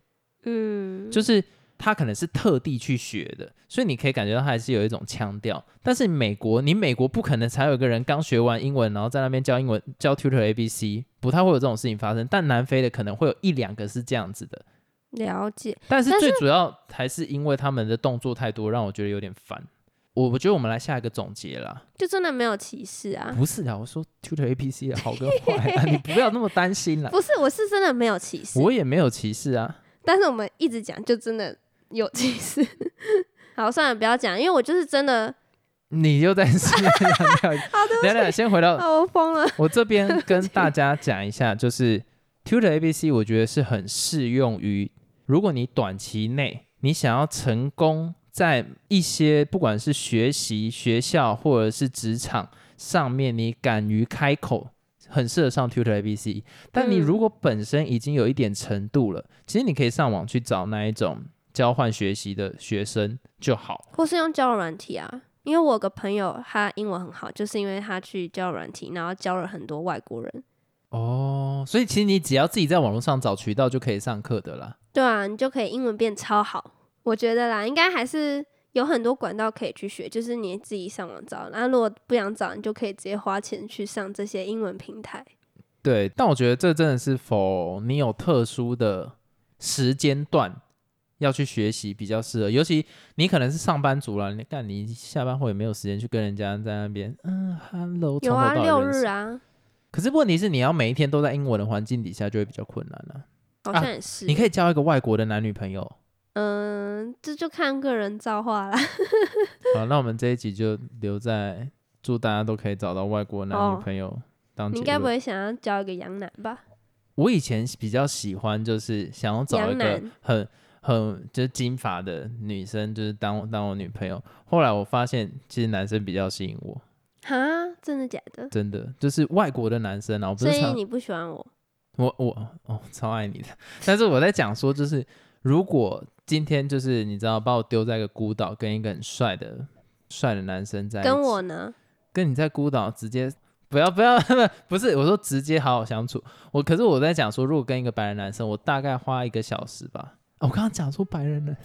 [SPEAKER 2] 嗯，
[SPEAKER 1] 就是他可能是特地去学的，所以你可以感觉到他还是有一种腔调。但是美国，你美国不可能才有一个人刚学完英文，然后在那边教英文教 tutor A B C，不太会有这种事情发生。但南非的可能会有一两个是这样子的，
[SPEAKER 2] 了解。
[SPEAKER 1] 但是
[SPEAKER 2] 但是
[SPEAKER 1] 最主要还是因为他们的动作太多，让我觉得有点烦。我我觉得我们来下一个总结啦，
[SPEAKER 2] 就真的没有歧视啊。
[SPEAKER 1] 不是啦，我说 tutor A B C 的好跟坏啊，你不要那么担心啦，
[SPEAKER 2] 不是，我是真的没有歧视，
[SPEAKER 1] 我也没有歧视啊。
[SPEAKER 2] 但是我们一直讲，就真的有歧视。 好，算了，不要讲，因为我就是真的，
[SPEAKER 1] 你又在试， 等一下等一下先回到
[SPEAKER 2] 啊，我 疯了。
[SPEAKER 1] 我这边跟大家讲一 下，就是 Tutor ABC，我觉得是很适用于如果你短期内你想要成功在一些不管是学习、学校或者是职场上面，你敢于开口。很适合上 Tutor ABC，但你
[SPEAKER 2] 嗯
[SPEAKER 1] 如果本身已经有一点程度了，其实你可以上网去找那一种交换学习的学生就好。
[SPEAKER 2] 或是用交友软体啊，因为我有个朋友他英文很好，就是因为他去交友软体，然后交了很多外国人。
[SPEAKER 1] 哦，所以其实你只要自己在网络上找渠道就可以上课的啦。
[SPEAKER 2] 对啊，你就可以英文变超好。我觉得啦，应该还是有很多管道可以去学，就是你自己上网找。那如果不想找，你就可以直接花钱去上这些英文平台。
[SPEAKER 1] 对，但我觉得这真的是否你有特殊的时间段要去学习比较适合，尤其你可能是上班族了，你看你下班后也没有时间去跟人家在那边，嗯，hello，
[SPEAKER 2] 有啊，
[SPEAKER 1] 从头到
[SPEAKER 2] 六
[SPEAKER 1] 尾认识
[SPEAKER 2] 日。啊，
[SPEAKER 1] 可是问题是，你要每一天都在英文的环境底下，就会比较困难了、啊
[SPEAKER 2] 好像也是。
[SPEAKER 1] 你可以交一个外国的男女朋友。
[SPEAKER 2] 嗯，这就看个人造化啦。
[SPEAKER 1] 好，那我们这一集就留在祝大家都可以找到外国男
[SPEAKER 2] 哦
[SPEAKER 1] 女朋友当
[SPEAKER 2] 你
[SPEAKER 1] 结
[SPEAKER 2] 应该不
[SPEAKER 1] 论。
[SPEAKER 2] 会想要交一个洋男吧？
[SPEAKER 1] 我以前比较喜欢，就是想要找一
[SPEAKER 2] 洋
[SPEAKER 1] 个
[SPEAKER 2] 男
[SPEAKER 1] 很很就是金发的女生，就是当我当我女朋友。后来我发现，其实男生比较吸引我，
[SPEAKER 2] 哈，真的假的？
[SPEAKER 1] 真的就是外国的男生啊，我不
[SPEAKER 2] 所
[SPEAKER 1] 是
[SPEAKER 2] 以
[SPEAKER 1] 常
[SPEAKER 2] 你不喜欢我？
[SPEAKER 1] 我我哦超爱你的，但是我在讲说，就是如果今天就是你知道把我丢在一个孤岛，跟一个很帅的帅的男生在一起
[SPEAKER 2] 跟我呢？
[SPEAKER 1] 跟你在孤岛直接不要不要 不是我说直接好好相处。我可是我在讲说，如果跟一个白人男生，我大概花一个小时吧。哦、我刚刚讲说白人呢，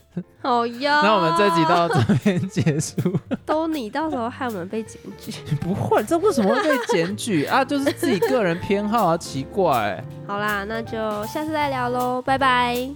[SPEAKER 2] 好 呀，
[SPEAKER 1] 那我们这集到这边结束。
[SPEAKER 2] 都你到时候害我们被检举。
[SPEAKER 1] 不会，这为什么会被检举啊？就是自己个人偏好啊，奇怪欸、
[SPEAKER 2] 好啦，那就下次再聊喽，拜拜。